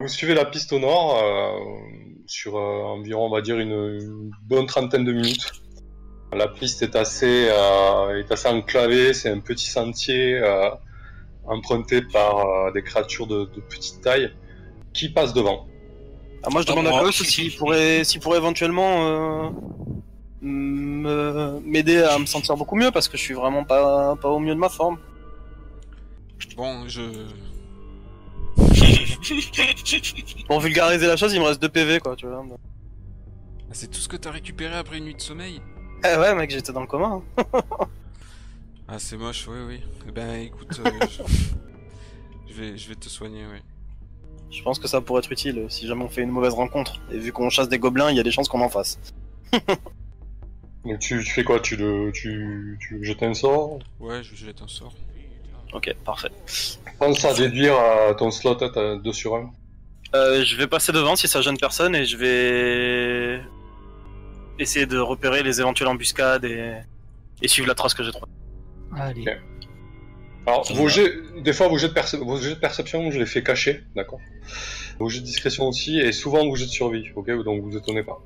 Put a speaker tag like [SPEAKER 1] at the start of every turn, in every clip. [SPEAKER 1] vous suivez la piste au nord euh, sur euh, environ, on va dire, une, une bonne trentaine de minutes. La piste est assez, euh, est assez enclavée, c'est un petit sentier euh, emprunté par euh, des créatures de, de petite taille qui passent devant.
[SPEAKER 2] Ah, moi, je demande à Klaus s'il pourrait, s'il pourrait éventuellement euh, me- m'aider à me sentir beaucoup mieux parce que je suis vraiment pas, pas au mieux de ma forme.
[SPEAKER 3] Bon, je.
[SPEAKER 2] Pour vulgariser la chose, il me reste 2 PV quoi, tu vois.
[SPEAKER 3] Ah, C'est tout ce que t'as récupéré après une nuit de sommeil
[SPEAKER 2] Eh ouais, mec, j'étais dans le coma. hein.
[SPEAKER 3] Ah, c'est moche, oui, oui. Eh Ben écoute, euh, je... je vais, je vais te soigner, oui.
[SPEAKER 2] Je pense que ça pourrait être utile euh, si jamais on fait une mauvaise rencontre. Et vu qu'on chasse des gobelins, il y a des chances qu'on en fasse.
[SPEAKER 1] Donc tu, tu fais quoi Tu le, tu, tu veux jeter un sort
[SPEAKER 3] Ouais, je jette un sort.
[SPEAKER 2] Ok, parfait.
[SPEAKER 1] Pense à déduire euh, ton slot, t'as 2 sur 1.
[SPEAKER 2] Euh, je vais passer devant si ça gêne personne et je vais essayer de repérer les éventuelles embuscades et, et suivre la trace que j'ai trouvée.
[SPEAKER 4] Allez.
[SPEAKER 1] Ok. Alors, vos jets, des fois, vos jets, de perce- vos jets de perception, je les fais cacher, d'accord Vos jets de discrétion aussi, et souvent vos jets de survie, ok Donc vous étonnez pas.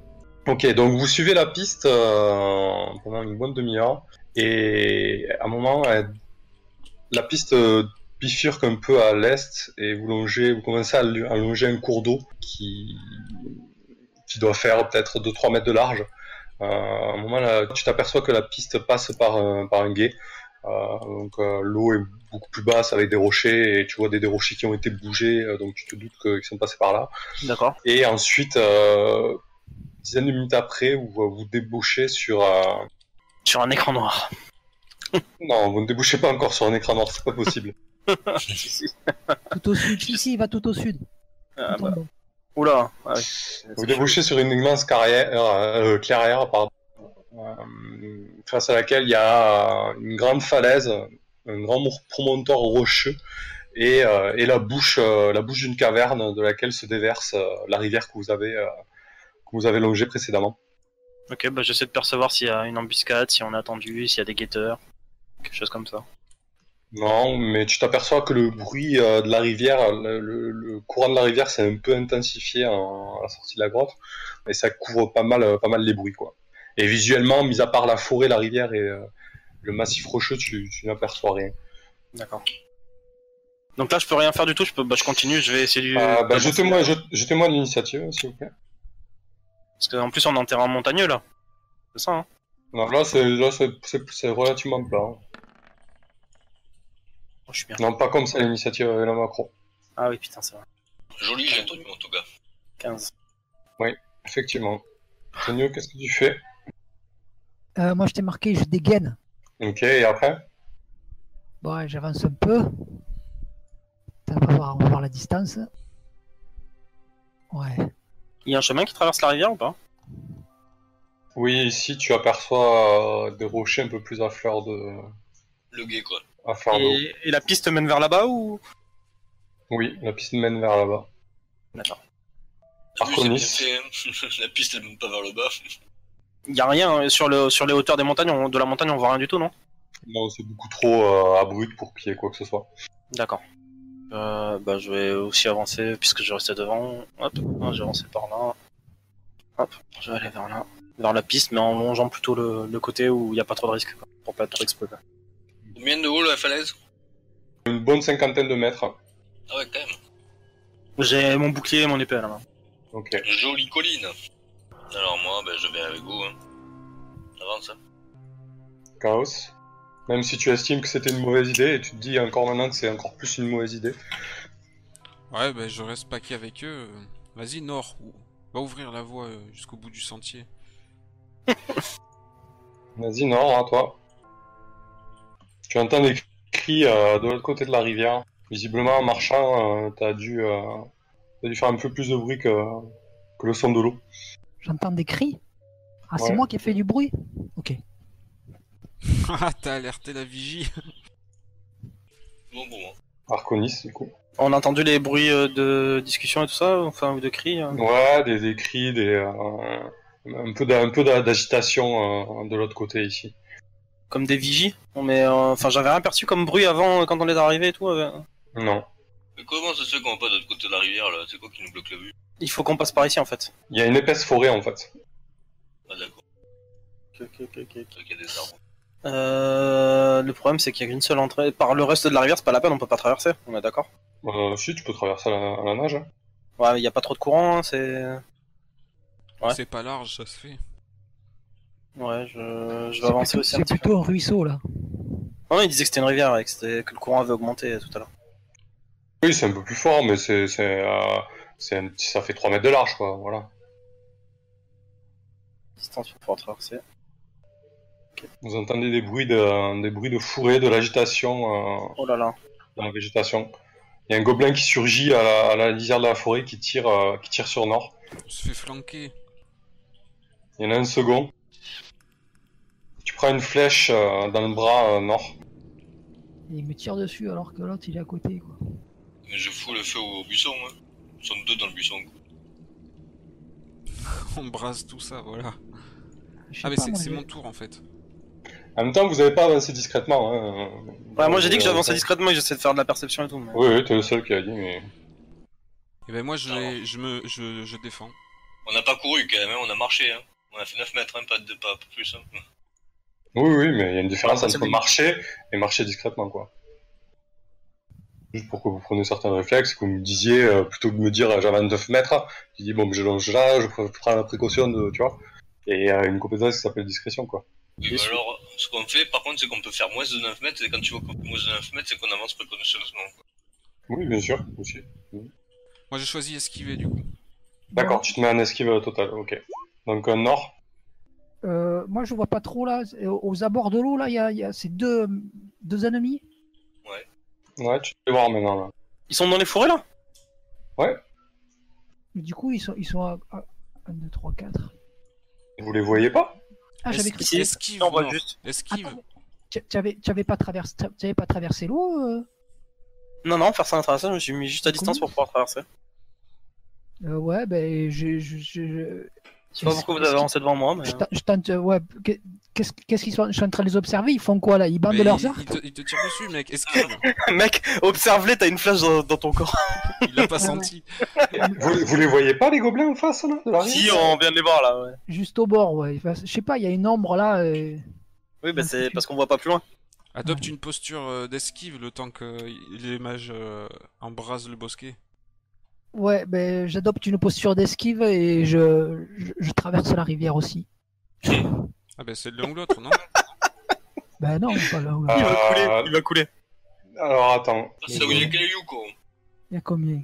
[SPEAKER 1] Ok, donc vous suivez la piste euh, pendant une bonne demi-heure, et à un moment, elle- la piste euh, bifurque un peu à l'est, et vous longez, vous commencez à, lu- à longer un cours d'eau qui, qui doit faire peut-être 2-3 mètres de large. Euh, à un moment, là, tu t'aperçois que la piste passe par, un- par un gué, euh, donc euh, l'eau est beaucoup plus basse avec des rochers et tu vois des, des rochers qui ont été bougés, euh, donc tu te doutes que- qu'ils sont passés par là.
[SPEAKER 2] D'accord.
[SPEAKER 1] Et ensuite, euh, dizaine de minutes après, vous euh, vous débouchez sur euh,
[SPEAKER 2] Sur un écran noir.
[SPEAKER 1] non, vous ne débouchez pas encore sur un écran noir, c'est pas possible.
[SPEAKER 4] Tout au sud. Si, si, il va tout au sud.
[SPEAKER 2] Ah,
[SPEAKER 4] Tout en
[SPEAKER 2] bah.
[SPEAKER 4] bas.
[SPEAKER 2] Oula. Ah oui.
[SPEAKER 1] vous débouchez sur une immense carrière, euh, euh, clairière, pardon, euh, face à laquelle il y a euh, une grande falaise, un grand mou- promontoire rocheux. Et, euh, et la bouche, euh, la bouche d'une caverne de laquelle se déverse euh, la rivière que vous avez, euh, que vous avez longée précédemment.
[SPEAKER 2] Ok, bah j'essaie de percevoir s'il y a une embuscade, si on est attendu, s'il y a des guetteurs, quelque chose comme ça.
[SPEAKER 1] Non, mais tu t'aperçois que le bruit euh, de la rivière, le, le- le courant de la rivière s'est un peu intensifié en- à la sortie de la grotte, et ça couvre pas mal, euh, pas mal les bruits, quoi. Et visuellement, mis à part la forêt, la rivière et euh, le massif rocheux, tu, tu n'aperçois rien.
[SPEAKER 2] D'accord. Donc là, je peux rien faire du tout. Je peux, bah, je continue. Je vais essayer du.
[SPEAKER 1] Euh, bah,
[SPEAKER 2] d'avancer.
[SPEAKER 1] jetez-moi, je- jetez-moi de l'initiative, s'il vous plaît.
[SPEAKER 2] Parce qu'en plus, on est en terrain montagneux là. C'est ça. Hein
[SPEAKER 1] Non, là, c'est, là, c'est, c'est- c'est relativement plat. hein.
[SPEAKER 2] Oh, je suis bien.
[SPEAKER 1] Non, pas comme ça, l'initiative avec la macro.
[SPEAKER 2] Ah oui, putain, c'est vrai.
[SPEAKER 5] Joli gâteau de mon tout gars.
[SPEAKER 2] 15.
[SPEAKER 1] Effectivement. Antonio, qu'est-ce que tu fais
[SPEAKER 4] Euh, moi, je t'ai marqué, je dégaine.
[SPEAKER 1] Ok, et après
[SPEAKER 4] Bon, ouais, j'avance un peu. Putain, On va, voir, on va voir la distance. Ouais.
[SPEAKER 2] Il y a un chemin qui traverse la rivière ou pas
[SPEAKER 1] Oui, ici, tu aperçois euh, des rochers un peu plus à fleur de...
[SPEAKER 5] Le gay, quoi.
[SPEAKER 1] à fleur d'eau.
[SPEAKER 2] et, et la piste mène vers là-bas ou
[SPEAKER 1] Oui, la piste mène vers là-bas.
[SPEAKER 2] D'accord.
[SPEAKER 1] Par
[SPEAKER 5] Oui,
[SPEAKER 1] contre,
[SPEAKER 5] c'est bien fait, hein. La piste, elle monte pas vers le bas.
[SPEAKER 2] Il y a rien hein, sur le sur les hauteurs des montagnes. on- de la montagne, on voit rien du tout, non
[SPEAKER 1] Non, c'est beaucoup trop euh, abrupt pour qu'il y ait quoi que ce soit.
[SPEAKER 2] D'accord. Euh, bah, je vais aussi avancer puisque je restais devant. Hop, hein, j'ai avancé par là. Hop, je vais aller vers là. Vers la piste, mais en longeant plutôt le, le côté où il n'y a pas trop de risques quoi, pour pas être trop exposé.
[SPEAKER 5] Combien de haut la falaise
[SPEAKER 1] Une bonne cinquantaine de mètres.
[SPEAKER 5] Ah ouais, quand même.
[SPEAKER 2] J'ai mon bouclier et mon épée à la main.
[SPEAKER 1] Ok.
[SPEAKER 5] Jolie colline. Alors moi, ben, je vais avec vous. Hein. Avance. hein.
[SPEAKER 1] Chaos. Même si tu estimes que c'était une mauvaise idée, et tu te dis encore maintenant que c'est encore plus une mauvaise idée.
[SPEAKER 3] Ouais, ben je reste paqué avec eux. euh. Vas-y, Nord, ou- va ouvrir la voie euh, jusqu'au bout du sentier.
[SPEAKER 1] Vas-y, non, à toi. Tu entends des cris euh, de l'autre côté de la rivière. Visiblement, en marchant, euh, t'as dû, euh, t'as dû faire un peu plus de bruit que, que le son de l'eau.
[SPEAKER 4] J'entends des cris. Ah, c'est
[SPEAKER 1] Ouais.
[SPEAKER 4] moi qui ai fait du bruit Ok.
[SPEAKER 3] Ah, t'as alerté la vigie
[SPEAKER 5] Bon hein. pour moi.
[SPEAKER 1] Arconis, du coup.
[SPEAKER 2] On a entendu les bruits euh, de discussion et tout ça, enfin, ou de cris. euh.
[SPEAKER 1] Ouais, des, des cris, des, euh, un peu d'a- un peu d'a- d'agitation euh, de l'autre côté ici.
[SPEAKER 2] comme des vigies. Non, Mais euh, enfin, j'avais rien perçu comme bruit avant euh, quand on est arrivé et tout. euh.
[SPEAKER 1] Non.
[SPEAKER 5] Mais Mais comment ça se fait qu'on va pas de l'autre côté de la rivière là C'est quoi qui nous bloque la vue
[SPEAKER 2] Il faut qu'on passe par ici en fait.
[SPEAKER 1] Il y a une épaisse forêt en fait.
[SPEAKER 5] Ah d'accord,
[SPEAKER 2] Ok, ok, ok.
[SPEAKER 5] c'est vrai qu'il y a des arbres.
[SPEAKER 2] Euh, le problème c'est qu'il y a qu'une seule entrée. Par le reste de la rivière, c'est pas la peine, on peut pas traverser. On est d'accord
[SPEAKER 1] Euh, si, tu peux traverser à la, à la nage. hein.
[SPEAKER 2] Ouais, il y a pas trop de courant, hein, c'est. Ouais.
[SPEAKER 3] C'est pas large, ça se fait.
[SPEAKER 2] Ouais, je, je
[SPEAKER 4] C'est
[SPEAKER 2] vais avancer
[SPEAKER 4] plutôt-
[SPEAKER 2] aussi un
[SPEAKER 4] C'est
[SPEAKER 2] petit peu.
[SPEAKER 4] plutôt un ruisseau là.
[SPEAKER 2] Non, il disait que c'était une rivière et que, c'était- que le courant avait augmenté euh, tout à l'heure.
[SPEAKER 1] Oui, c'est un peu plus fort, mais c'est, c'est, euh, c'est un petit- ça fait 3 mètres de large, quoi. Voilà.
[SPEAKER 2] Distance pour pouvoir traverser.
[SPEAKER 1] Vous entendez des bruits de, des bruits de fourré, de l'agitation euh,
[SPEAKER 2] Oh là là.
[SPEAKER 1] dans la végétation. Il y a un gobelin qui surgit à la, à la lisière de la forêt qui tire, euh, qui tire sur Nord.
[SPEAKER 3] On se fait flanquer.
[SPEAKER 1] Il y en a un second. Tu prends une flèche euh, dans le bras euh, Nord.
[SPEAKER 4] Et il me tire dessus alors que l'autre il est à côté quoi.
[SPEAKER 5] Mais je fous le feu au buisson, moi. Nous sommes deux dans le buisson. quoi.
[SPEAKER 3] On brase tout ça, voilà.
[SPEAKER 4] Je sais
[SPEAKER 3] Ah, mais
[SPEAKER 4] pas,
[SPEAKER 3] c'est
[SPEAKER 4] moi,
[SPEAKER 3] c'est
[SPEAKER 4] je-
[SPEAKER 3] mon tour en fait.
[SPEAKER 1] En même temps, vous n'avez pas avancé discrètement. Hein.
[SPEAKER 2] Ouais, moi j'ai dit que
[SPEAKER 1] Euh,
[SPEAKER 2] j'avançais discrètement et j'essaie de faire de la perception et tout. mais-
[SPEAKER 1] Oui, oui, t'es le seul qui a dit, mais.
[SPEAKER 3] Et ben moi je,
[SPEAKER 5] Ah
[SPEAKER 3] vais- je me je, je défends.
[SPEAKER 5] On n'a pas couru quand même, hein, on a marché. Hein. On a fait 9 mètres, hein, pas, de, pas plus. Hein.
[SPEAKER 1] Oui, oui, mais il y a une différence
[SPEAKER 2] Ah, c'est
[SPEAKER 1] entre
[SPEAKER 2] bon.
[SPEAKER 1] marcher et marcher discrètement, quoi. Juste pour que vous preniez certains réflexes, que vous me disiez, euh, plutôt que de me dire euh, j'ai 29 mètres, tu dis bon, mais je longe là, je pr- prends la précaution, de, tu vois. Et euh, une compétence qui s'appelle discrétion, quoi.
[SPEAKER 5] Oui,
[SPEAKER 2] Bien
[SPEAKER 5] bah
[SPEAKER 2] sûr.
[SPEAKER 5] alors, ce qu'on fait par contre, c'est qu'on peut faire moins de 9 mètres, et quand tu vois qu'on fait moins de 9 mètres, c'est qu'on avance précautionneusement. quoi.
[SPEAKER 1] Oui, bien sûr, aussi.
[SPEAKER 3] Moi j'ai choisi esquiver du coup.
[SPEAKER 1] D'accord, tu te mets en esquive euh, totale, ok. Donc, un nord.
[SPEAKER 4] Euh, moi je vois pas trop là. C'est- euh, Aux abords de l'eau là, il y a, il y a ces deux, deux ennemis.
[SPEAKER 1] Ouais, tu peux les voir maintenant, là.
[SPEAKER 2] Ils sont dans les forêts là
[SPEAKER 4] Mais du coup ils sont, ils sont à 1, 2, 3, 4.
[SPEAKER 1] Vous les voyez pas
[SPEAKER 4] Ah j'avais
[SPEAKER 3] Esqui-
[SPEAKER 4] cru.
[SPEAKER 3] esquive.
[SPEAKER 2] Non, bah,
[SPEAKER 3] non.
[SPEAKER 2] juste.
[SPEAKER 3] Esquive.
[SPEAKER 4] Attends, mais tu avais, pas traversé, t'avais pas traversé l'eau euh
[SPEAKER 2] Non, non, faire ça à la traversée, je me suis mis juste à distance pour pouvoir traverser.
[SPEAKER 4] Euh, Ouais, ben je, je, je- je-
[SPEAKER 2] Je sais pas pourquoi vous avez avancé devant moi, mais.
[SPEAKER 4] je tente- je tente. euh, Ouais, qu'est- qu'est-ce qu'est-ce qu'ils sont Je suis en train de les observer. Ils font quoi là Ils bandent
[SPEAKER 3] Mais
[SPEAKER 4] de leurs
[SPEAKER 3] il,
[SPEAKER 4] arcs
[SPEAKER 3] il te, il te tire dessus mec, esquive.
[SPEAKER 2] Mec, observe-les, t'as une flash dans, dans ton corps.
[SPEAKER 3] Il l'a pas senti.
[SPEAKER 1] vous, vous les voyez pas, les gobelins en face, là de
[SPEAKER 4] Ah
[SPEAKER 1] la rive
[SPEAKER 2] Si, on vient de les voir là, ouais.
[SPEAKER 4] Juste au bord, ouais. Enfin, je sais pas, il y a une ombre là. euh,
[SPEAKER 2] Oui, bah c'est parce qu'on voit pas plus loin.
[SPEAKER 3] Adopte une posture euh, d'esquive le temps que euh, les mages euh, embrasent le bosquet.
[SPEAKER 4] Ouais, ben j'adopte une posture d'esquive et je, je, je traverse la rivière aussi.
[SPEAKER 3] Ah ben c'est l'un ou l'autre, non
[SPEAKER 4] Ben non, pas là. ouais.
[SPEAKER 1] Ah.
[SPEAKER 2] Il va
[SPEAKER 1] Euh,
[SPEAKER 2] couler, il va couler.
[SPEAKER 1] Alors, attends.
[SPEAKER 5] Là, c'est là où il y a Caillou, quoi.
[SPEAKER 4] Il y a combien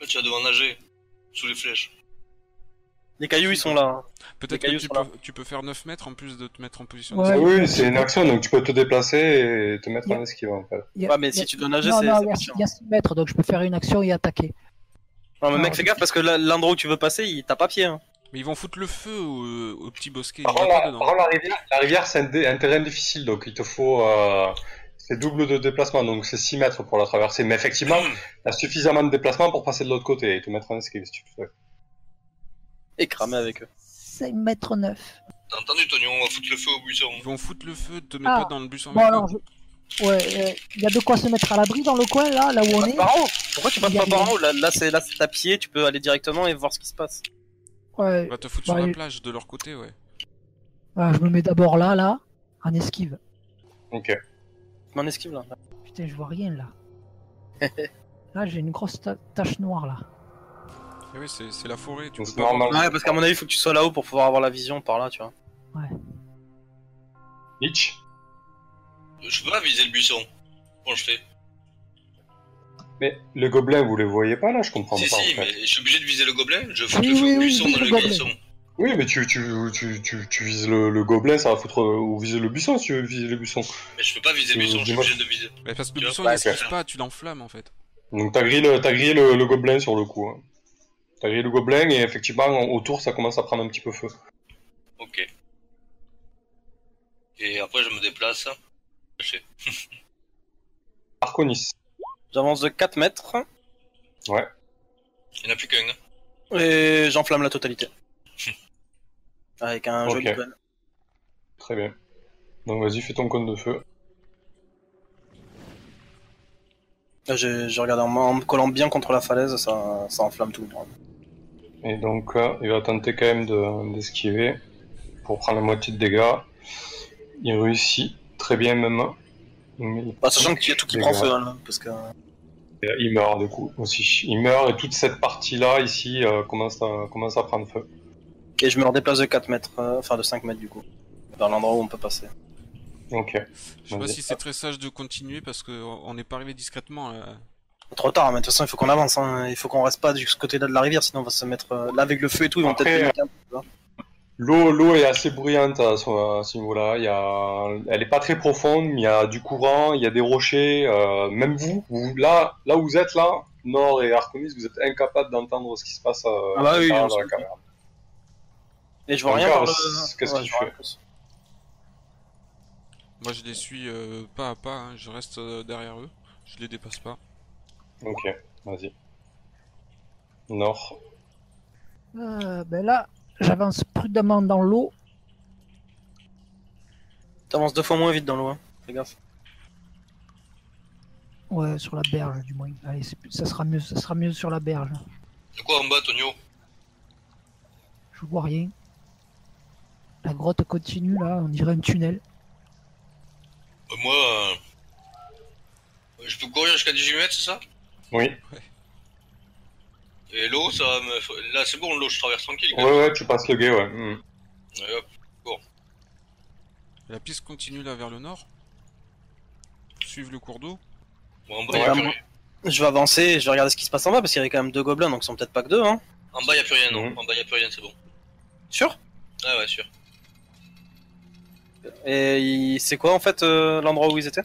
[SPEAKER 5] Là, tu vas devoir nager, sous les flèches.
[SPEAKER 2] Les cailloux, ils sont là. hein. Les
[SPEAKER 3] Peut-être
[SPEAKER 2] cailloux
[SPEAKER 3] que tu
[SPEAKER 2] sont
[SPEAKER 3] peux, tu peux faire 9 mètres en plus de te mettre en position
[SPEAKER 4] Ouais.
[SPEAKER 3] d'esquive.
[SPEAKER 1] Ah Oui, c'est une action, donc tu peux te déplacer et te mettre en esquive, en fait.
[SPEAKER 4] Il y a-
[SPEAKER 2] Ouais, mais
[SPEAKER 4] il y a-
[SPEAKER 2] si tu dois nager,
[SPEAKER 4] Non,
[SPEAKER 2] c'est.
[SPEAKER 4] non,
[SPEAKER 2] c'est
[SPEAKER 4] il y
[SPEAKER 2] pas
[SPEAKER 4] a-
[SPEAKER 2] chiant.
[SPEAKER 4] il y a 6 mètres, donc je peux faire une action et attaquer.
[SPEAKER 2] Non, mais mec,
[SPEAKER 4] Non,
[SPEAKER 2] fais gaffe parce que là, l'endroit où tu veux passer, il t'a pas pied. Hein.
[SPEAKER 3] Mais ils vont foutre le feu au, euh, au petit bosquet.
[SPEAKER 1] Par
[SPEAKER 3] il
[SPEAKER 1] contre,
[SPEAKER 3] va pas
[SPEAKER 1] la,
[SPEAKER 3] dedans.
[SPEAKER 1] par contre, la rivière, la rivière, c'est un, dé- un terrain difficile, donc il te faut. euh, c'est double de déplacement, donc c'est 6 mètres pour la traverser. Mais effectivement, t'as suffisamment de déplacement pour passer de l'autre côté et te mettre en esquive si tu veux.
[SPEAKER 2] Et cramer avec eux.
[SPEAKER 4] 5 mètres 9.
[SPEAKER 5] T'as entendu, Tony, on va foutre le feu au buisson.
[SPEAKER 3] Ils vont foutre le feu, te mets
[SPEAKER 4] Ah.
[SPEAKER 3] pas dans le buisson
[SPEAKER 4] Bon,
[SPEAKER 3] avec
[SPEAKER 4] alors,
[SPEAKER 3] eux.
[SPEAKER 4] je- ouais, euh, il y a de quoi se mettre à l'abri dans le coin là, là où on
[SPEAKER 2] Passe
[SPEAKER 4] est.
[SPEAKER 2] par en haut Pourquoi tu passes
[SPEAKER 4] Il y a
[SPEAKER 2] pas par
[SPEAKER 4] des-
[SPEAKER 2] en haut Là, là c'est là, c'est à pied, tu peux aller directement et voir ce qui se passe.
[SPEAKER 4] Ouais,
[SPEAKER 3] On va te foutre
[SPEAKER 4] Bah,
[SPEAKER 3] sur la
[SPEAKER 4] il-
[SPEAKER 3] plage de leur côté, ouais.
[SPEAKER 4] ouais, je me mets d'abord là, là, en esquive.
[SPEAKER 1] Ok.
[SPEAKER 2] Je m'en esquive là.
[SPEAKER 4] Putain, je vois rien là. là, j'ai une grosse ta- tache noire là.
[SPEAKER 3] Et Eh oui, c'est c'est la forêt,
[SPEAKER 1] Donc
[SPEAKER 3] tu peux
[SPEAKER 1] c'est
[SPEAKER 3] pas voir.
[SPEAKER 1] normal.
[SPEAKER 2] Ouais, parce qu'à mon avis, faut que tu sois là-haut pour pouvoir avoir la vision par là, tu vois.
[SPEAKER 1] Hitch
[SPEAKER 5] Je peux pas viser le buisson. Bon, je fais.
[SPEAKER 1] Mais le gobelin, vous le voyez pas là Je comprends
[SPEAKER 5] si,
[SPEAKER 1] pas en
[SPEAKER 5] si,
[SPEAKER 1] fait.
[SPEAKER 5] mais je suis obligé de viser le gobelin. Je fous
[SPEAKER 4] Oui,
[SPEAKER 5] le feu
[SPEAKER 4] oui,
[SPEAKER 5] au
[SPEAKER 4] oui,
[SPEAKER 5] buisson
[SPEAKER 4] vise
[SPEAKER 5] dans
[SPEAKER 4] le
[SPEAKER 5] le
[SPEAKER 4] gobelin.
[SPEAKER 5] garçon.
[SPEAKER 1] Oui, mais tu, tu, tu, tu, tu vises le, le gobelin, ça va foutre. Ou viser le buisson si tu veux viser le buisson.
[SPEAKER 5] Mais je peux pas viser le
[SPEAKER 1] Euh,
[SPEAKER 5] buisson, je suis
[SPEAKER 1] dis-moi.
[SPEAKER 5] obligé de viser.
[SPEAKER 3] Mais Eh, parce que le
[SPEAKER 5] Tu vois,
[SPEAKER 3] buisson,
[SPEAKER 2] ouais,
[SPEAKER 3] il esquive
[SPEAKER 5] c'est-
[SPEAKER 3] pas, tu l'enflammes en fait.
[SPEAKER 1] Donc t'as grillé, le, t'as grillé le, le gobelin sur le coup. Hein. T'as grillé le gobelin et effectivement, en- autour, ça commence à prendre un petit peu feu.
[SPEAKER 5] Ok. Et après, je me déplace. Je fais.
[SPEAKER 1] Arconis.
[SPEAKER 2] J'avance de 4 mètres
[SPEAKER 5] Il n'y en a plus qu'un. hein.
[SPEAKER 2] et j'enflamme la totalité. Avec un
[SPEAKER 1] Ok.
[SPEAKER 2] joli gun.
[SPEAKER 1] Très bien. Donc vas-y, fais ton cône de feu.
[SPEAKER 2] Là, j'ai j'ai regardé en, en me collant bien contre la falaise, ça, ça enflamme tout le monde.
[SPEAKER 1] Et donc, euh, il va tenter quand même de- d'esquiver pour prendre la moitié de dégâts. Il réussit très bien même. Mais il-
[SPEAKER 2] Bah, sachant qu'il y a tout qui
[SPEAKER 1] Des
[SPEAKER 2] prend
[SPEAKER 1] gars.
[SPEAKER 2] feu, hein, parce que.
[SPEAKER 1] Et Il meurt du coup aussi. Il meurt et toute cette partie-là ici euh, commence, à, commence à prendre feu.
[SPEAKER 2] Et je me redéplace de 4 mètres, euh, enfin de 5 mètres du coup, vers l'endroit où on peut passer.
[SPEAKER 1] Ok.
[SPEAKER 3] Je sais pas
[SPEAKER 1] Vas-y.
[SPEAKER 3] si c'est très sage de continuer parce que on n'est pas arrivé discrètement. euh, là.
[SPEAKER 2] Trop tard, mais de toute façon, il faut qu'on avance, hein. il faut qu'on reste pas du ce côté-là de la rivière, sinon on va se mettre euh, là avec le feu et tout, ils vont
[SPEAKER 1] Après,
[SPEAKER 2] peut-être. péter un
[SPEAKER 1] L'eau, l'eau est assez bruyante à ce, à ce niveau-là. Il y a, elle est pas très profonde, mais il y a du courant, il y a des rochers. euh, même vous, vous- là, là où vous êtes là, Nord et Arconis, vous êtes incapables d'entendre ce qui se passe. euh,
[SPEAKER 2] Ah bah oui,
[SPEAKER 1] derrière
[SPEAKER 2] on
[SPEAKER 1] la
[SPEAKER 2] se-
[SPEAKER 1] caméra.
[SPEAKER 2] Et je vois rien
[SPEAKER 1] Encore,
[SPEAKER 2] par le.
[SPEAKER 1] qu'est-ce que
[SPEAKER 2] je
[SPEAKER 1] tu
[SPEAKER 2] vois
[SPEAKER 1] fais
[SPEAKER 2] rien par le-
[SPEAKER 3] Moi, je les suis euh, pas à pas. hein. Je reste euh, derrière eux. Je les dépasse pas.
[SPEAKER 1] Ok, vas-y. Nord.
[SPEAKER 4] Euh, ben là, j'avance prudemment dans l'eau.
[SPEAKER 2] T'avances deux fois moins vite dans l'eau, hein. fais gaffe.
[SPEAKER 4] Ouais, sur la berge, du moins. Allez, c'est plus- ça sera mieux, ça sera mieux sur la berge.
[SPEAKER 5] De quoi en bas, Tonio
[SPEAKER 4] Je vois rien. La grotte continue là, on dirait un tunnel.
[SPEAKER 5] Euh, Moi, euh, je peux courir jusqu'à 18 mètres, c'est ça
[SPEAKER 1] Oui.
[SPEAKER 5] Et l'eau, ça va me... Là, c'est bon, l'eau, je traverse tranquille.
[SPEAKER 1] Ouais, ouais, tu passes le guet, ouais. Hmm.
[SPEAKER 5] Et hop.
[SPEAKER 3] La piste continue là vers le nord. Suivre le cours d'eau.
[SPEAKER 5] Bon, en bas, il
[SPEAKER 2] Ouais,
[SPEAKER 5] a plus
[SPEAKER 2] moi-
[SPEAKER 5] rien.
[SPEAKER 2] Je vais avancer et je vais regarder ce qui se passe en bas parce qu'il y avait quand même deux gobelins donc ils sont peut-être pas que deux hein.
[SPEAKER 5] En bas, il a plus rien, non.
[SPEAKER 1] Mhm.
[SPEAKER 5] En bas, il a plus rien, c'est bon.
[SPEAKER 2] Sûr
[SPEAKER 5] Ah ouais, sûr.
[SPEAKER 2] Et il- c'est quoi en fait euh, l'endroit où ils étaient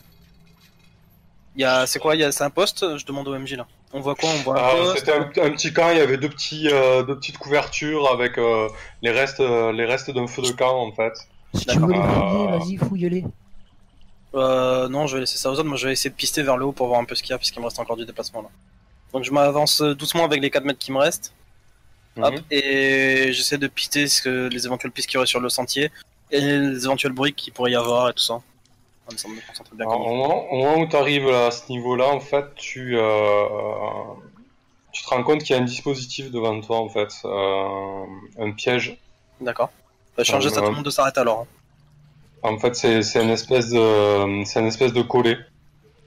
[SPEAKER 2] Il y a c'est quoi Il y a c'est un poste Je demande au MJ là. On voit quoi On voit un
[SPEAKER 1] Ah,
[SPEAKER 2] poste.
[SPEAKER 1] C'était un, un petit camp, il y avait deux, petits, euh, deux petites couvertures avec euh, les restes, euh, les restes d'un feu de camp en fait.
[SPEAKER 4] Si tu
[SPEAKER 2] D'accord.
[SPEAKER 4] veux les fouiller,
[SPEAKER 1] Ah.
[SPEAKER 4] vas-y, fouille-les.
[SPEAKER 2] Euh, non, je vais laisser ça aux autres. Moi, je vais essayer de pister vers le haut pour voir un peu ce qu'il y a, puisqu'il me reste encore du déplacement là. Donc, je m'avance euh, doucement avec les 4 mètres qui me restent. Hop,
[SPEAKER 1] Mhm.
[SPEAKER 2] et j'essaie de pister ce que, les éventuelles pistes qu'il y aurait sur le sentier et les éventuels bruits qu'il pourrait y avoir et tout ça. On me semble me concentrer bien
[SPEAKER 1] Alors,
[SPEAKER 2] comme
[SPEAKER 1] au, moment, au moment où tu arrives à ce niveau-là, en fait, tu, euh, tu te rends compte qu'il y a un dispositif devant toi, en fait, euh, un piège.
[SPEAKER 2] D'accord. Bah, je suis en
[SPEAKER 1] Ah,
[SPEAKER 2] geste à
[SPEAKER 1] ouais.
[SPEAKER 2] tout le monde de s'arrêter alors. hein.
[SPEAKER 1] En fait, c'est c'est une espèce de, c'est une espèce de collet.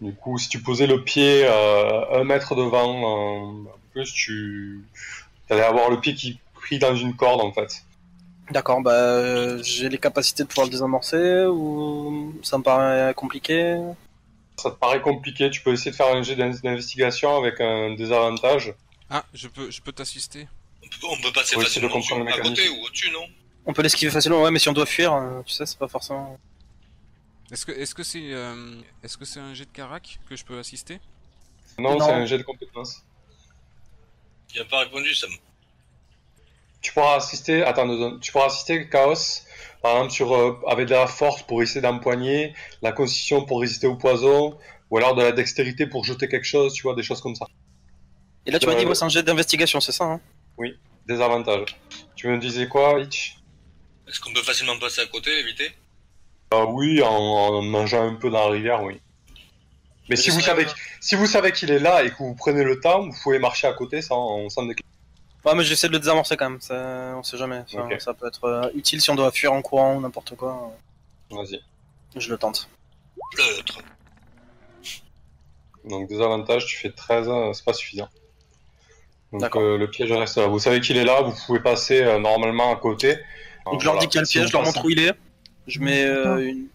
[SPEAKER 1] Du coup, si tu posais le pied euh, un mètre devant, euh, en plus, tu allais avoir le pied qui pris dans une corde, en fait.
[SPEAKER 2] D'accord, bah, euh, j'ai les capacités de pouvoir le désamorcer ou ça me paraît compliqué.
[SPEAKER 1] Ça te paraît compliqué, tu peux essayer de faire un jet d'in- d'investigation avec un désavantage.
[SPEAKER 3] Ah, je peux, je peux t'assister.
[SPEAKER 5] On peut, on peut passer
[SPEAKER 1] Faut essayer de
[SPEAKER 5] facilement
[SPEAKER 1] comprendre
[SPEAKER 5] dessus.
[SPEAKER 1] le
[SPEAKER 5] à côté ou au-dessus, non
[SPEAKER 2] On peut l'esquiver facilement, ouais, mais si on doit fuir, euh, tu sais, c'est pas forcément.
[SPEAKER 3] Est-ce que, est-ce que c'est, euh, est-ce que c'est un jet de carac que je peux assister
[SPEAKER 1] Non,
[SPEAKER 2] Non.
[SPEAKER 1] c'est un jet de compétence.
[SPEAKER 5] Il a pas répondu, Sam.
[SPEAKER 1] Tu pourras assister, attends, deux secondes. tu pourras assister Chaos, par exemple, sur, euh, avec de la force pour essayer d'empoigner, la constitution pour résister au poison, ou alors de la dextérité pour jeter quelque chose, tu vois, des choses comme ça.
[SPEAKER 2] Et là, tu m'as dit,
[SPEAKER 1] Ouais.
[SPEAKER 2] ouais, c'est un jet d'investigation, c'est ça, hein
[SPEAKER 1] Des avantages. Tu me disais quoi, Hitch
[SPEAKER 5] Est-ce qu'on peut facilement passer à côté, éviter
[SPEAKER 1] Ah Oui, en, en mangeant un peu dans la rivière, oui. Mais si
[SPEAKER 5] Je
[SPEAKER 1] vous,
[SPEAKER 5] sais
[SPEAKER 1] savez,
[SPEAKER 5] pas.
[SPEAKER 1] si vous savez qu'il est là et que vous prenez le temps, vous pouvez marcher à côté sans, sans déclencher.
[SPEAKER 2] Ouais, mais j'essaie de le désamorcer quand même, ça... on sait jamais. Enfin,
[SPEAKER 1] Ok.
[SPEAKER 2] Ça peut être euh, utile si on doit fuir en courant ou n'importe quoi.
[SPEAKER 1] Vas-y.
[SPEAKER 2] Je le tente.
[SPEAKER 5] L'autre.
[SPEAKER 1] Donc des avantages, tu fais 13, euh, c'est pas suffisant. Donc
[SPEAKER 2] D'accord.
[SPEAKER 1] euh, le piège reste là. Vous savez qu'il est là, vous pouvez passer euh, normalement à côté.
[SPEAKER 2] Donc
[SPEAKER 1] Euh,
[SPEAKER 2] je leur
[SPEAKER 1] voilà.
[SPEAKER 2] dis qu'il y a le
[SPEAKER 1] Si
[SPEAKER 2] piège,
[SPEAKER 1] vous
[SPEAKER 2] je leur
[SPEAKER 1] passez-
[SPEAKER 2] montre où il est. Je mets euh, une.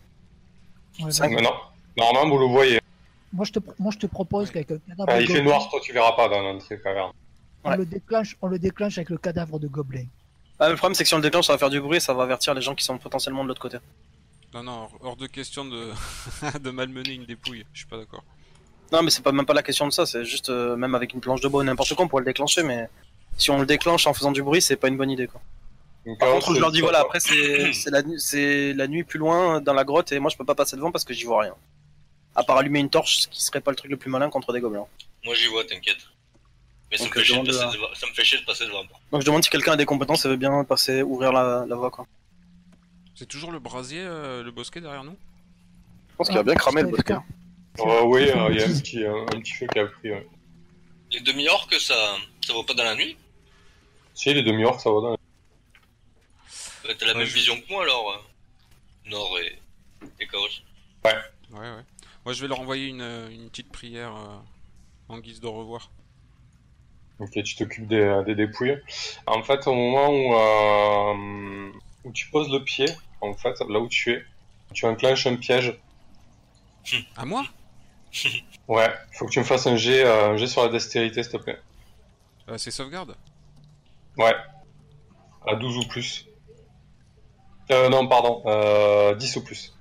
[SPEAKER 4] Ouais,
[SPEAKER 2] Cinq.
[SPEAKER 4] vas-y.
[SPEAKER 1] Mais non, normalement vous le voyez.
[SPEAKER 4] moi, je te, pr- moi, je te propose
[SPEAKER 3] Ouais.
[SPEAKER 4] qu'avec le cadavre
[SPEAKER 2] Ah,
[SPEAKER 1] Enfin,
[SPEAKER 4] de
[SPEAKER 1] il fait
[SPEAKER 4] gobelin,
[SPEAKER 1] noir, toi tu verras pas dans l'entrée de caverne.
[SPEAKER 4] on,
[SPEAKER 2] Ouais.
[SPEAKER 4] le déclenche, on le déclenche avec le cadavre de gobelin.
[SPEAKER 2] Ah, mais le problème c'est que si on le déclenche, ça va faire du bruit et ça va avertir les gens qui sont potentiellement de l'autre côté.
[SPEAKER 3] Non, non, hors- hors de question de, de malmener une dépouille. Je suis pas d'accord.
[SPEAKER 2] Non, mais c'est pas même pas la question de ça, c'est juste euh, même avec une planche de bois ou n'importe quoi, on pourrait le déclencher, mais si on le déclenche en faisant du bruit, c'est pas une bonne idée quoi.
[SPEAKER 1] Donc,
[SPEAKER 2] Par
[SPEAKER 1] alors,
[SPEAKER 2] contre,
[SPEAKER 1] c'est-
[SPEAKER 2] je leur dis voilà, après c'est c'est la, nu- c'est la nuit plus loin dans la grotte et moi je peux pas passer devant parce que j'y vois rien. À part allumer une torche, ce qui serait pas le truc le plus malin contre des gobelins.
[SPEAKER 5] Moi, j'y vois, t'inquiète. Mais ça me,
[SPEAKER 2] Donc,
[SPEAKER 5] fait
[SPEAKER 2] je
[SPEAKER 5] chier de
[SPEAKER 2] demande
[SPEAKER 5] passer
[SPEAKER 2] à-
[SPEAKER 5] devant- ça me fait chier de passer devant.
[SPEAKER 2] Donc je demande si quelqu'un a des compétences et veut bien passer ouvrir la, la voie quoi.
[SPEAKER 3] C'est toujours le brasier, euh, le bosquet derrière nous
[SPEAKER 2] Je pense
[SPEAKER 4] Ah, je pense que-
[SPEAKER 1] Ah oui,
[SPEAKER 4] c'est
[SPEAKER 1] euh, il y a un
[SPEAKER 4] gentil.
[SPEAKER 1] petit, un, un petit feu qui a pris. ouais.
[SPEAKER 5] Les demi-orques, ça, ça vaut pas dans la nuit
[SPEAKER 1] Si, les demi-orques, ça va dans
[SPEAKER 5] Euh, T'as la
[SPEAKER 3] Ouais,
[SPEAKER 5] même
[SPEAKER 3] je-
[SPEAKER 5] vision que moi alors euh, Nord et, et Kaosh.
[SPEAKER 3] Ouais, ouais. Moi, je vais leur envoyer une, euh, une petite prière euh, en guise de revoir.
[SPEAKER 1] Ok, tu t'occupes des, des dépouilles. En fait, au moment où, euh, où tu poses le pied, en fait, là où tu es, tu enclenches un piège.
[SPEAKER 3] À moi
[SPEAKER 1] Ouais, faut que tu me fasses un jet, euh, un jet sur la dextérité, s'il te plaît.
[SPEAKER 3] Euh, C'est sauvegarde
[SPEAKER 1] Ouais. À 12 ou plus. Euh, non, pardon, euh, 10 ou plus.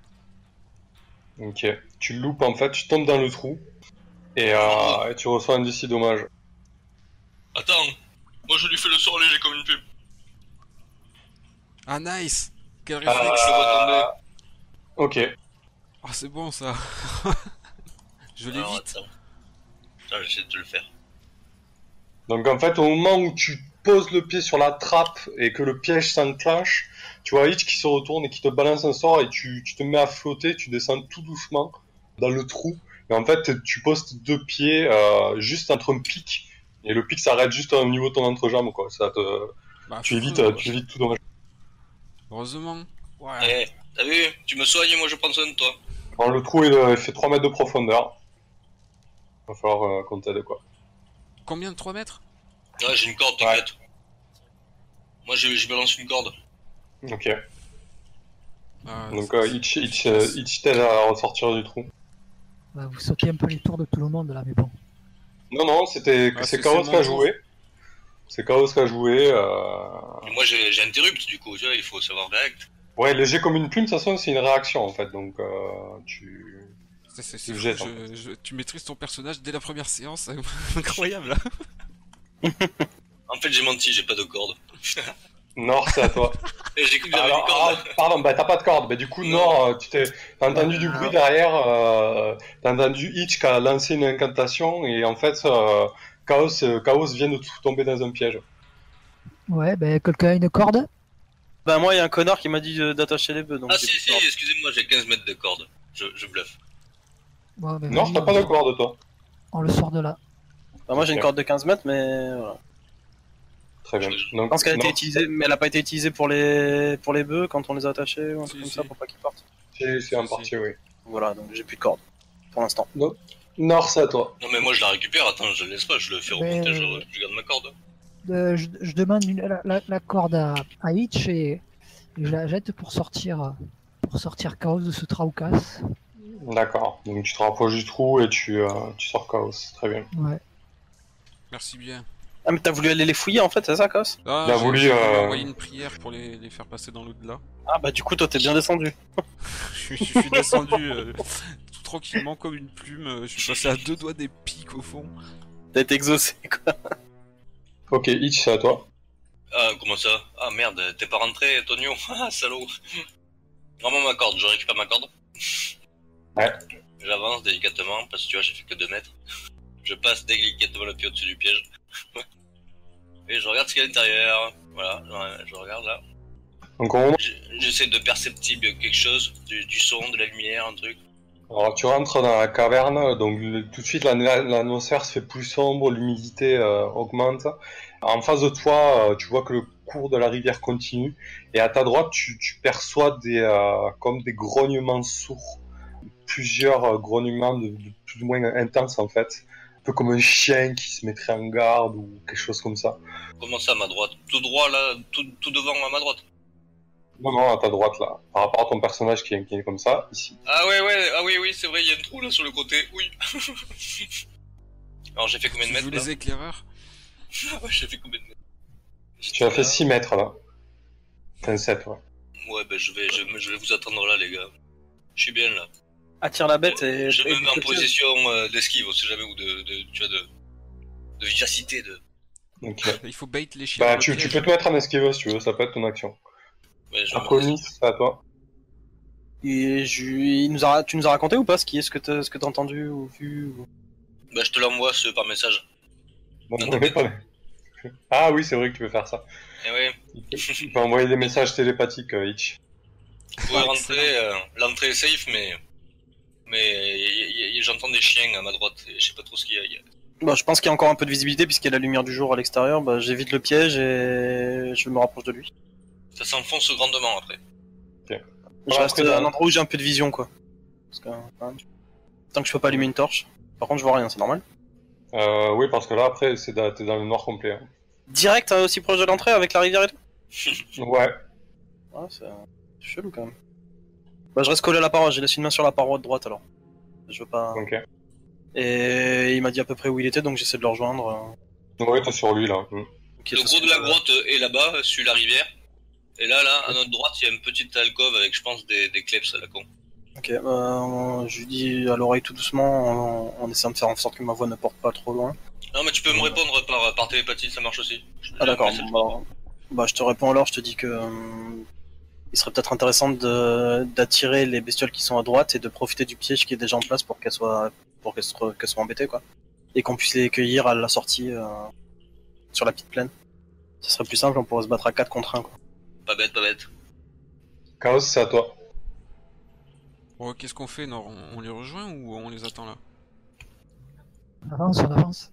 [SPEAKER 1] Ok. Tu le loupes, en fait, tu tombes dans le trou. Et, euh, et tu reçois un d'ici dommage.
[SPEAKER 5] Attends, moi je lui fais le sort léger comme une pub.
[SPEAKER 3] Ah, nice Quel
[SPEAKER 1] Euh,
[SPEAKER 3] réflexe
[SPEAKER 5] je le vois tomber.
[SPEAKER 1] ok.
[SPEAKER 3] Ah, c'est bon, ça Je
[SPEAKER 5] Alors,
[SPEAKER 3] l'évite
[SPEAKER 5] attends. Attends, j'essaie de te le faire.
[SPEAKER 1] Donc en fait, au moment où tu poses le pied sur la trappe et que le piège s'enclenche, tu vois Hitch qui se retourne et qui te balance un sort et tu, tu te mets à flotter, tu descends tout doucement dans le trou. Et en fait, tu poses tes deux pieds euh, juste entre un pic et le pic s'arrête juste au niveau de ton entrejambe. Quoi. Ça te,
[SPEAKER 3] Bah,
[SPEAKER 1] tu,
[SPEAKER 3] feu,
[SPEAKER 1] évites,
[SPEAKER 3] ouais.
[SPEAKER 1] euh, tu évites tout dommage.
[SPEAKER 3] Heureusement.
[SPEAKER 5] Eh,
[SPEAKER 3] Ouais.
[SPEAKER 5] t'as vu Tu me soignes, moi je prends soin de toi.
[SPEAKER 1] Alors, le trou il, euh, il fait 3 mètres de profondeur. Va falloir euh, qu'on t'aide quoi.
[SPEAKER 3] Combien de 3 mètres
[SPEAKER 5] Ah, j'ai une corde, t'inquiète. Moi je, je balance une corde.
[SPEAKER 1] Ok.
[SPEAKER 3] Ah,
[SPEAKER 1] Donc
[SPEAKER 3] c'est-
[SPEAKER 1] euh,
[SPEAKER 3] c'est
[SPEAKER 1] Hitch, Hitch, euh,
[SPEAKER 3] efficace.
[SPEAKER 1] Hitch t'aide à ressortir du trou.
[SPEAKER 4] Bah, vous sautez un peu les tours de tout le monde là, mais bon.
[SPEAKER 1] Non, non, c'était
[SPEAKER 3] Ah,
[SPEAKER 1] c'est
[SPEAKER 3] c'est-
[SPEAKER 1] Chaos
[SPEAKER 3] c'est
[SPEAKER 1] qui a
[SPEAKER 3] mon
[SPEAKER 1] joué. C'est Chaos qui a joué. euh,
[SPEAKER 5] Mais moi j'ai- j'interrupte du coup, tu vois, il faut savoir direct.
[SPEAKER 1] Ouais, léger comme une plume, de toute façon, c'est une réaction en fait. Donc, euh, tu.
[SPEAKER 3] C'est- c'est- c'est
[SPEAKER 1] le
[SPEAKER 3] fou,
[SPEAKER 1] jette,
[SPEAKER 3] je- je- tu maîtrises ton personnage dès la première séance, hein. c'est incroyable. là.
[SPEAKER 5] En fait j'ai menti, j'ai pas de corde.
[SPEAKER 1] Nord, c'est à toi.
[SPEAKER 5] Eh, j'ai cru que j'avais une
[SPEAKER 1] Alors,
[SPEAKER 5] corde.
[SPEAKER 1] ah, pardon, bah t'as pas de corde. Bah, du coup,
[SPEAKER 5] Non.
[SPEAKER 1] Nord, euh, tu t'es. T'as entendu du
[SPEAKER 4] Ah.
[SPEAKER 1] bruit derrière, euh, t'as entendu Hitch qui a lancé une incantation, et en fait, euh, Chaos, euh, Chaos vient de tout tomber dans un piège.
[SPEAKER 4] Ouais, ben quelqu'un a une corde
[SPEAKER 2] Bah, moi, il y a un connard qui m'a dit euh, d'attacher les bœufs. Donc
[SPEAKER 5] Ah
[SPEAKER 2] j'ai
[SPEAKER 5] si,
[SPEAKER 2] plus
[SPEAKER 5] si,
[SPEAKER 2] peur.
[SPEAKER 5] excusez-moi, j'ai 15 mètres de corde. Je, je bluffe.
[SPEAKER 4] Ouais,
[SPEAKER 2] Mm-hmm.
[SPEAKER 4] ben,
[SPEAKER 1] Nord,
[SPEAKER 4] vas-y,
[SPEAKER 1] t'as
[SPEAKER 4] on-
[SPEAKER 1] pas de corde, toi.
[SPEAKER 4] On le sort de là.
[SPEAKER 2] Bah, moi, j'ai une
[SPEAKER 1] Ok.
[SPEAKER 2] corde de 15 mètres, mais voilà.
[SPEAKER 1] Très bien.
[SPEAKER 2] Je
[SPEAKER 1] Donc,
[SPEAKER 2] pense qu'elle a été
[SPEAKER 1] Nord,
[SPEAKER 2] utilisée, mais elle a pas été utilisée pour les, pour les bœufs quand on les a attachés ou un truc
[SPEAKER 3] Si,
[SPEAKER 2] comme
[SPEAKER 3] si.
[SPEAKER 2] ça pour pas qu'ils partent.
[SPEAKER 1] c'est c'est en partie, oui.
[SPEAKER 2] Voilà, donc j'ai plus de corde pour l'instant.
[SPEAKER 1] Nord, c'est à toi.
[SPEAKER 5] Non mais moi je la récupère, attends, je la laisse pas, je le fais
[SPEAKER 4] Mais,
[SPEAKER 5] remonter, je,
[SPEAKER 4] euh,
[SPEAKER 5] je garde ma corde.
[SPEAKER 4] Euh, je, je demande une- la, la- la corde à, à Hitch et je la jette pour sortir pour sortir Chaos de ce traucas.
[SPEAKER 1] D'accord. Donc, tu te rapproches du trou et tu, euh, tu sors Chaos. Très bien.
[SPEAKER 4] Ouais.
[SPEAKER 3] Merci bien.
[SPEAKER 2] Ah, mais t'as voulu aller les fouiller en fait, c'est ça, Cos
[SPEAKER 3] Ah,
[SPEAKER 1] Il a
[SPEAKER 3] j'ai-
[SPEAKER 1] voulu,
[SPEAKER 3] j'ai
[SPEAKER 1] euh,
[SPEAKER 3] envoyer une prière pour les, les faire passer dans l'au-delà.
[SPEAKER 2] Ah, bah, du coup, toi, t'es bien descendu.
[SPEAKER 3] je, suis- je suis descendu euh, tout tranquillement comme une plume. euh, Je suis passé à deux doigts des pics au fond.
[SPEAKER 2] T'as été exaucé, quoi.
[SPEAKER 1] Ok, Hitch, c'est à toi.
[SPEAKER 5] Ah, comment ça Ah merde, t'es pas rentré, Antonio Ah, salaud Vraiment ma corde, je récupère ma corde.
[SPEAKER 1] Ouais.
[SPEAKER 5] J'avance délicatement, parce que tu vois, j'ai fait que 2 mètres. Je passe délicatement le pied au-dessus du piège. Et je regarde ce qu'il y a à l'intérieur. Voilà, ouais, je regarde là.
[SPEAKER 1] Donc, au moment
[SPEAKER 5] J- J'essaie de perceptible quelque chose, du, du son, de la lumière, un truc.
[SPEAKER 1] Alors tu rentres dans la caverne, donc le- tout de suite l'an- l'atmosphère se fait plus sombre, l'humidité euh, augmente. En face de toi, euh, tu vois que le cours de la rivière continue, et à ta droite, tu, tu perçois des euh, comme des grognements sourds, plusieurs euh, grognements de, de plus ou moins intenses en fait, un peu comme un chien qui se mettrait en garde ou quelque chose comme ça.
[SPEAKER 5] Comment ça, à ma droite Tout droit là, tout, tout devant à ma droite.
[SPEAKER 1] Non, non, à ta droite là, par rapport à ton personnage qui est, qui est comme ça, ici.
[SPEAKER 5] Ah ouais, ouais, ah oui, oui, c'est vrai, il y a un trou là sur le côté, oui. Alors j'ai fait combien de
[SPEAKER 3] Tu
[SPEAKER 5] mètres
[SPEAKER 3] joues
[SPEAKER 5] là
[SPEAKER 3] les éclaireurs
[SPEAKER 5] Ah ouais, j'ai fait combien de mètres
[SPEAKER 1] Tu as fait 6 mètres là. Enfin 7, ouais.
[SPEAKER 5] Ouais, ben je vais, je, me- je vais vous attendre là, les gars. Je suis bien là.
[SPEAKER 2] Attire la bête et
[SPEAKER 5] Je
[SPEAKER 2] et-
[SPEAKER 5] me mets en
[SPEAKER 2] et-
[SPEAKER 5] position euh, d'esquive, on sait jamais, ou de, de, tu vois, de, de vivacité. De...
[SPEAKER 1] Donc, euh,
[SPEAKER 3] Il faut bait les chiens.
[SPEAKER 1] Bah,
[SPEAKER 3] dans le
[SPEAKER 1] tu, tu
[SPEAKER 3] piège.
[SPEAKER 1] peux te mettre en esquive si tu veux, ça peut être ton action.
[SPEAKER 5] Ouais, je me-
[SPEAKER 1] Aconis, c'est à toi.
[SPEAKER 2] Et je, il nous a, tu nous as raconté ou pas ce qui est ce que t'as, ce que t'as entendu ou vu ou-
[SPEAKER 5] Bah, je te l'envoie ce, par message.
[SPEAKER 1] Bon,
[SPEAKER 5] Non,
[SPEAKER 1] on est pas- Ah oui, c'est vrai que tu peux faire ça.
[SPEAKER 5] Eh ouais,
[SPEAKER 1] Tu peux envoyer des messages télépathiques, euh, Hitch.
[SPEAKER 5] vous pouvez rentrer, euh, l'entrée est safe, mais mais il y, y- y- et j'entends des chiens à ma droite, et je sais pas trop ce qu'il y a. Il y a-
[SPEAKER 2] Bah, je pense qu'il y a encore un peu de visibilité puisqu'il y a la lumière du jour à l'extérieur. Bah, j'évite le piège et je me rapproche de lui.
[SPEAKER 5] Ça s'enfonce grandement après.
[SPEAKER 2] Je
[SPEAKER 1] Voilà,
[SPEAKER 2] reste
[SPEAKER 1] après,
[SPEAKER 2] à un
[SPEAKER 1] dans-
[SPEAKER 2] endroit où j'ai un peu de vision, quoi. Parce que, hein, tant que je peux pas allumer une torche. Par contre, je vois rien, c'est normal.
[SPEAKER 1] Euh, oui, parce que là, après, c'est dans- t'es dans le noir complet. hein.
[SPEAKER 2] Direct, euh, aussi proche de l'entrée avec la rivière et tout.
[SPEAKER 1] Ouais.
[SPEAKER 2] Ouais, Ah, c'est c'est chelou quand même. Bah, je reste collé à la paroi. J'ai laissé une main sur la paroi de droite alors. Je veux pas.
[SPEAKER 1] Ok.
[SPEAKER 2] Et il m'a dit à peu près où il était, donc j'essaie de le rejoindre.
[SPEAKER 1] Ouais, t'es sur lui là. Mm.
[SPEAKER 2] euh, ok,
[SPEAKER 5] Le
[SPEAKER 2] ça,
[SPEAKER 5] gros
[SPEAKER 2] c'est-
[SPEAKER 5] de la grotte est là-bas, sur la rivière. Et là, là, à notre droite, il y a une petite alcôve avec, je pense, des, des kleps à la con.
[SPEAKER 2] Ok, bah, je lui dis à l'oreille tout doucement en, en essayant de faire en sorte que ma voix ne porte pas trop loin.
[SPEAKER 5] Non, mais tu peux me répondre par, par télépathie, ça marche aussi. Je-
[SPEAKER 2] Ah d'accord.
[SPEAKER 5] je- je-
[SPEAKER 2] Bah, bah, je te réponds alors, je te dis que euh, il serait peut-être intéressant de- d'attirer les bestioles qui sont à droite et de profiter du piège qui est déjà en place pour qu'elles soient pour qu'elles soient, qu'elles soient embêtées quoi. Et qu'on puisse les cueillir à la sortie euh, sur la petite plaine. Ce serait plus simple, on pourrait se battre à 4 contre 1 quoi.
[SPEAKER 5] Pas bête, pas bête.
[SPEAKER 1] Chaos, c'est à toi.
[SPEAKER 3] Bon, Oh, qu'est-ce qu'on fait, Nord on, on les rejoint ou on les attend là
[SPEAKER 4] On avance, on avance.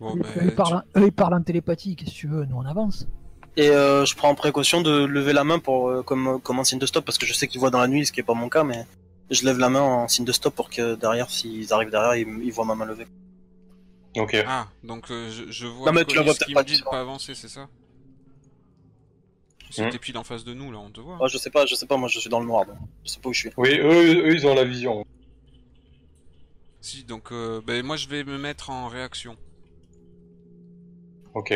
[SPEAKER 3] Bon,
[SPEAKER 4] eux,
[SPEAKER 3] ben,
[SPEAKER 4] eux, ils parlent, en- eux, ils parlent en télépathie, qu'est-ce que tu veux Nous, on avance.
[SPEAKER 2] Et euh, je prends en précaution de lever la main pour euh, comme comme un signe de stop parce que je sais qu'ils voient dans la nuit, ce qui est pas mon cas, mais je lève la main en signe de stop pour que derrière, s'ils arrivent derrière, ils, ils voient ma main levée.
[SPEAKER 1] Ok.
[SPEAKER 3] tu- Ah, donc euh, je, je vois
[SPEAKER 2] Non, mais tu la vois
[SPEAKER 3] Colis qui
[SPEAKER 2] peut-être
[SPEAKER 3] me
[SPEAKER 2] pas,
[SPEAKER 3] dit de
[SPEAKER 2] tu vois.
[SPEAKER 3] pas avancer, c'est ça
[SPEAKER 1] Mm.
[SPEAKER 3] C'était pile en face de nous, là, on te voit.
[SPEAKER 2] Ouais, Ah, je sais pas, je sais pas, moi je suis dans le noir, donc je sais pas où je suis.
[SPEAKER 1] Oui, eux, eux, ils ont la vision.
[SPEAKER 3] Si, donc euh, ben, moi je vais me mettre en réaction.
[SPEAKER 1] Ok.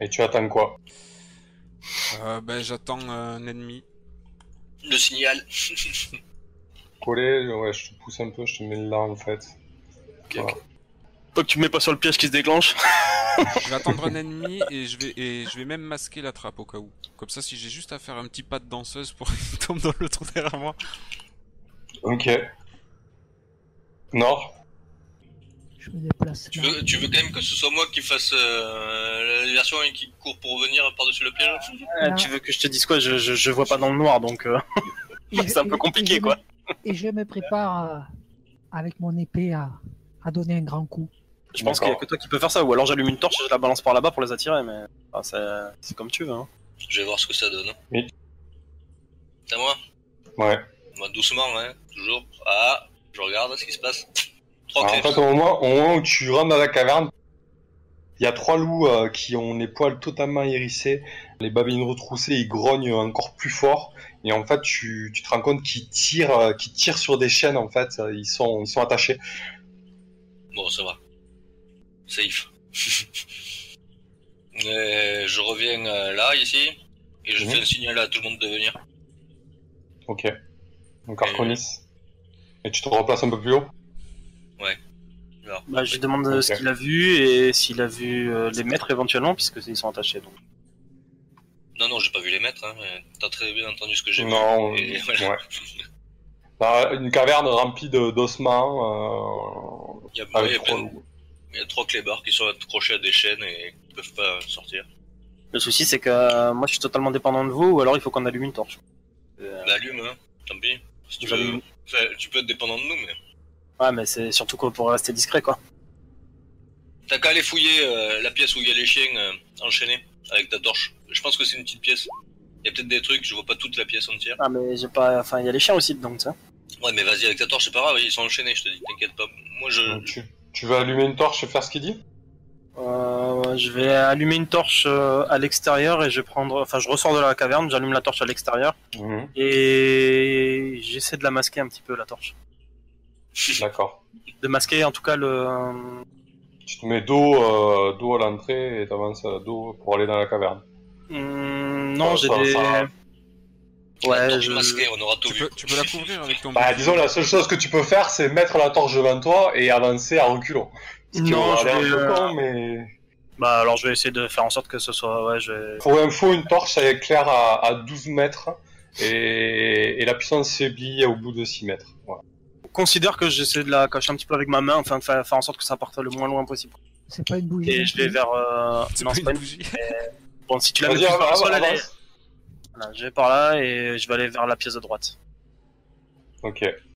[SPEAKER 1] Et tu attends quoi
[SPEAKER 3] Euh, ben, j'attends euh, un ennemi.
[SPEAKER 5] Le signal.
[SPEAKER 1] Coller, ouais, je te pousse un peu, je te mets là en fait.
[SPEAKER 2] Tant que tu me mets pas sur le piège qui se déclenche.
[SPEAKER 3] Je vais attendre un ennemi et je vais et je vais même masquer la trappe au cas où. Comme ça, si j'ai juste à faire un petit pas de danseuse pour qu'il tombe dans le trou derrière moi.
[SPEAKER 1] Ok. Nord
[SPEAKER 4] Je me déplace.
[SPEAKER 5] Tu
[SPEAKER 4] là.
[SPEAKER 5] veux, tu veux quand même que ce soit moi qui fasse euh, la version et qui court pour revenir par-dessus le piège
[SPEAKER 4] Là.
[SPEAKER 2] tu veux que je te dise quoi je, je, je vois pas dans le noir, donc euh,
[SPEAKER 4] Et je-
[SPEAKER 2] c'est un
[SPEAKER 4] et-
[SPEAKER 2] peu compliqué,
[SPEAKER 4] et je me-
[SPEAKER 2] quoi.
[SPEAKER 4] Et je me prépare euh, avec mon épée à, à donner un grand coup.
[SPEAKER 2] je pense qu'il y a que toi qui peux faire ça. Ou alors j'allume une torche et je la balance par là-bas pour les attirer, mais enfin, c'est- c'est comme tu veux. Hein.
[SPEAKER 5] Je vais voir ce que ça donne.
[SPEAKER 1] Oui.
[SPEAKER 5] C'est à moi
[SPEAKER 1] Ouais.
[SPEAKER 5] Bah, Doucement, hein, toujours. Ah, je regarde ce qui se passe. Trois
[SPEAKER 1] Alors, Ah, en
[SPEAKER 5] crêpes.
[SPEAKER 1] fait, au moment, au moment où tu rentres dans la caverne, il y a trois loups euh, qui ont les poils totalement hérissés, les babines retroussées, ils grognent encore plus fort. Et en fait, tu, tu te rends compte qu'ils tirent, euh, qu'ils tirent sur des chaînes, en fait. euh, Ils sont, ils sont attachés.
[SPEAKER 5] Bon, ça va. Safe. Euh, je reviens euh, là, ici, et je
[SPEAKER 1] Mhm.
[SPEAKER 5] fais un signal à tout le monde de venir.
[SPEAKER 1] Ok. Donc, Arconis. Et tu te replaces un peu plus haut
[SPEAKER 2] Bah, je lui demande euh, ce
[SPEAKER 1] Ok.
[SPEAKER 2] qu'il a vu et s'il a vu euh, les maîtres éventuellement, puisque ils sont attachés. Donc.
[SPEAKER 5] Non, non, j'ai pas vu les mettre, hein, mais t'as très bien entendu ce que j'ai vu.
[SPEAKER 1] Non.
[SPEAKER 5] Et voilà.
[SPEAKER 1] ouais. Dans une caverne remplie de- d'ossements.
[SPEAKER 5] Il y a,
[SPEAKER 1] euh,
[SPEAKER 5] il y
[SPEAKER 1] avec
[SPEAKER 5] a
[SPEAKER 1] trois
[SPEAKER 5] plein-
[SPEAKER 1] loups.
[SPEAKER 5] il y a trois clébards qui sont accrochés à des chaînes et qui peuvent pas sortir.
[SPEAKER 2] Le souci, c'est que euh, moi je suis totalement dépendant de vous, ou alors il faut qu'on allume une torche. Euh,
[SPEAKER 5] Bah, allume, hein, tant pis. Si tu,
[SPEAKER 2] j'allume-
[SPEAKER 5] veux... enfin, tu peux être dépendant de nous, mais.
[SPEAKER 2] Ouais, mais c'est surtout qu'on pourrait rester discret, quoi.
[SPEAKER 5] T'as qu'à aller fouiller euh, la pièce où il y a les chiens euh, enchaînés avec ta torche. Je pense que c'est une petite pièce. Il y a peut-être des trucs, je vois pas toute la pièce entière.
[SPEAKER 2] Ah, mais j'ai pas. Enfin, il y a les chiens aussi, donc, tu sais.
[SPEAKER 5] Ouais, mais vas-y, avec ta torche, c'est pas grave, ils sont enchaînés, je te dis, t'inquiète pas. Moi, je.
[SPEAKER 1] Donc, tu, tu veux allumer une torche et faire ce qu'il dit
[SPEAKER 2] Euh, je vais allumer une torche euh, à l'extérieur et je vais prendre. Enfin, je ressors de la caverne, j'allume la torche à l'extérieur
[SPEAKER 1] Mhm.
[SPEAKER 2] et j'essaie de la masquer un petit peu la torche.
[SPEAKER 1] D'accord.
[SPEAKER 2] De masquer en tout cas le.
[SPEAKER 1] Tu te mets dos, euh, dos à l'entrée et t'avances à dos pour aller dans la caverne.
[SPEAKER 2] Hmm, non,
[SPEAKER 1] Ça,
[SPEAKER 2] j'ai
[SPEAKER 1] ça,
[SPEAKER 2] des.
[SPEAKER 1] ça-
[SPEAKER 5] La
[SPEAKER 2] Ouais,
[SPEAKER 5] torche
[SPEAKER 2] je.
[SPEAKER 5] masquée, on aura tout
[SPEAKER 3] Tu
[SPEAKER 5] vu.
[SPEAKER 3] peux, tu peux la couvrir avec ton
[SPEAKER 1] Bah,
[SPEAKER 3] bouclier.
[SPEAKER 1] disons, la seule chose que tu peux faire, c'est mettre la torche devant toi et avancer à reculons. Ce qui
[SPEAKER 2] Non,
[SPEAKER 1] aura
[SPEAKER 2] je
[SPEAKER 1] l'air
[SPEAKER 2] vais,
[SPEAKER 1] un peu
[SPEAKER 2] euh,
[SPEAKER 1] con, mais...
[SPEAKER 2] Bah, alors je vais essayer de faire en sorte que ce soit. Ouais, je vais.
[SPEAKER 1] Pour info, une torche, ça éclaire à, à 12 mètres et, et la puissance faiblit au bout de 6 mètres. Voilà.
[SPEAKER 2] Considère que j'essaie de la cacher un petit peu avec ma main, enfin, de fa- faire en sorte que ça parte le moins loin possible.
[SPEAKER 4] C'est pas une bougie.
[SPEAKER 2] Et je vais vers. euh,
[SPEAKER 3] C'est
[SPEAKER 2] Non,
[SPEAKER 3] pas
[SPEAKER 2] c'est
[SPEAKER 3] une
[SPEAKER 2] pas une-
[SPEAKER 3] bougie.
[SPEAKER 2] Bon, si tu la mets
[SPEAKER 1] Vas-y,
[SPEAKER 2] plus
[SPEAKER 1] av-
[SPEAKER 2] vers le sol,
[SPEAKER 1] av-
[SPEAKER 2] elle est-
[SPEAKER 1] avance.
[SPEAKER 2] Voilà, je vais par là et je vais aller vers la pièce de droite.
[SPEAKER 1] Ok.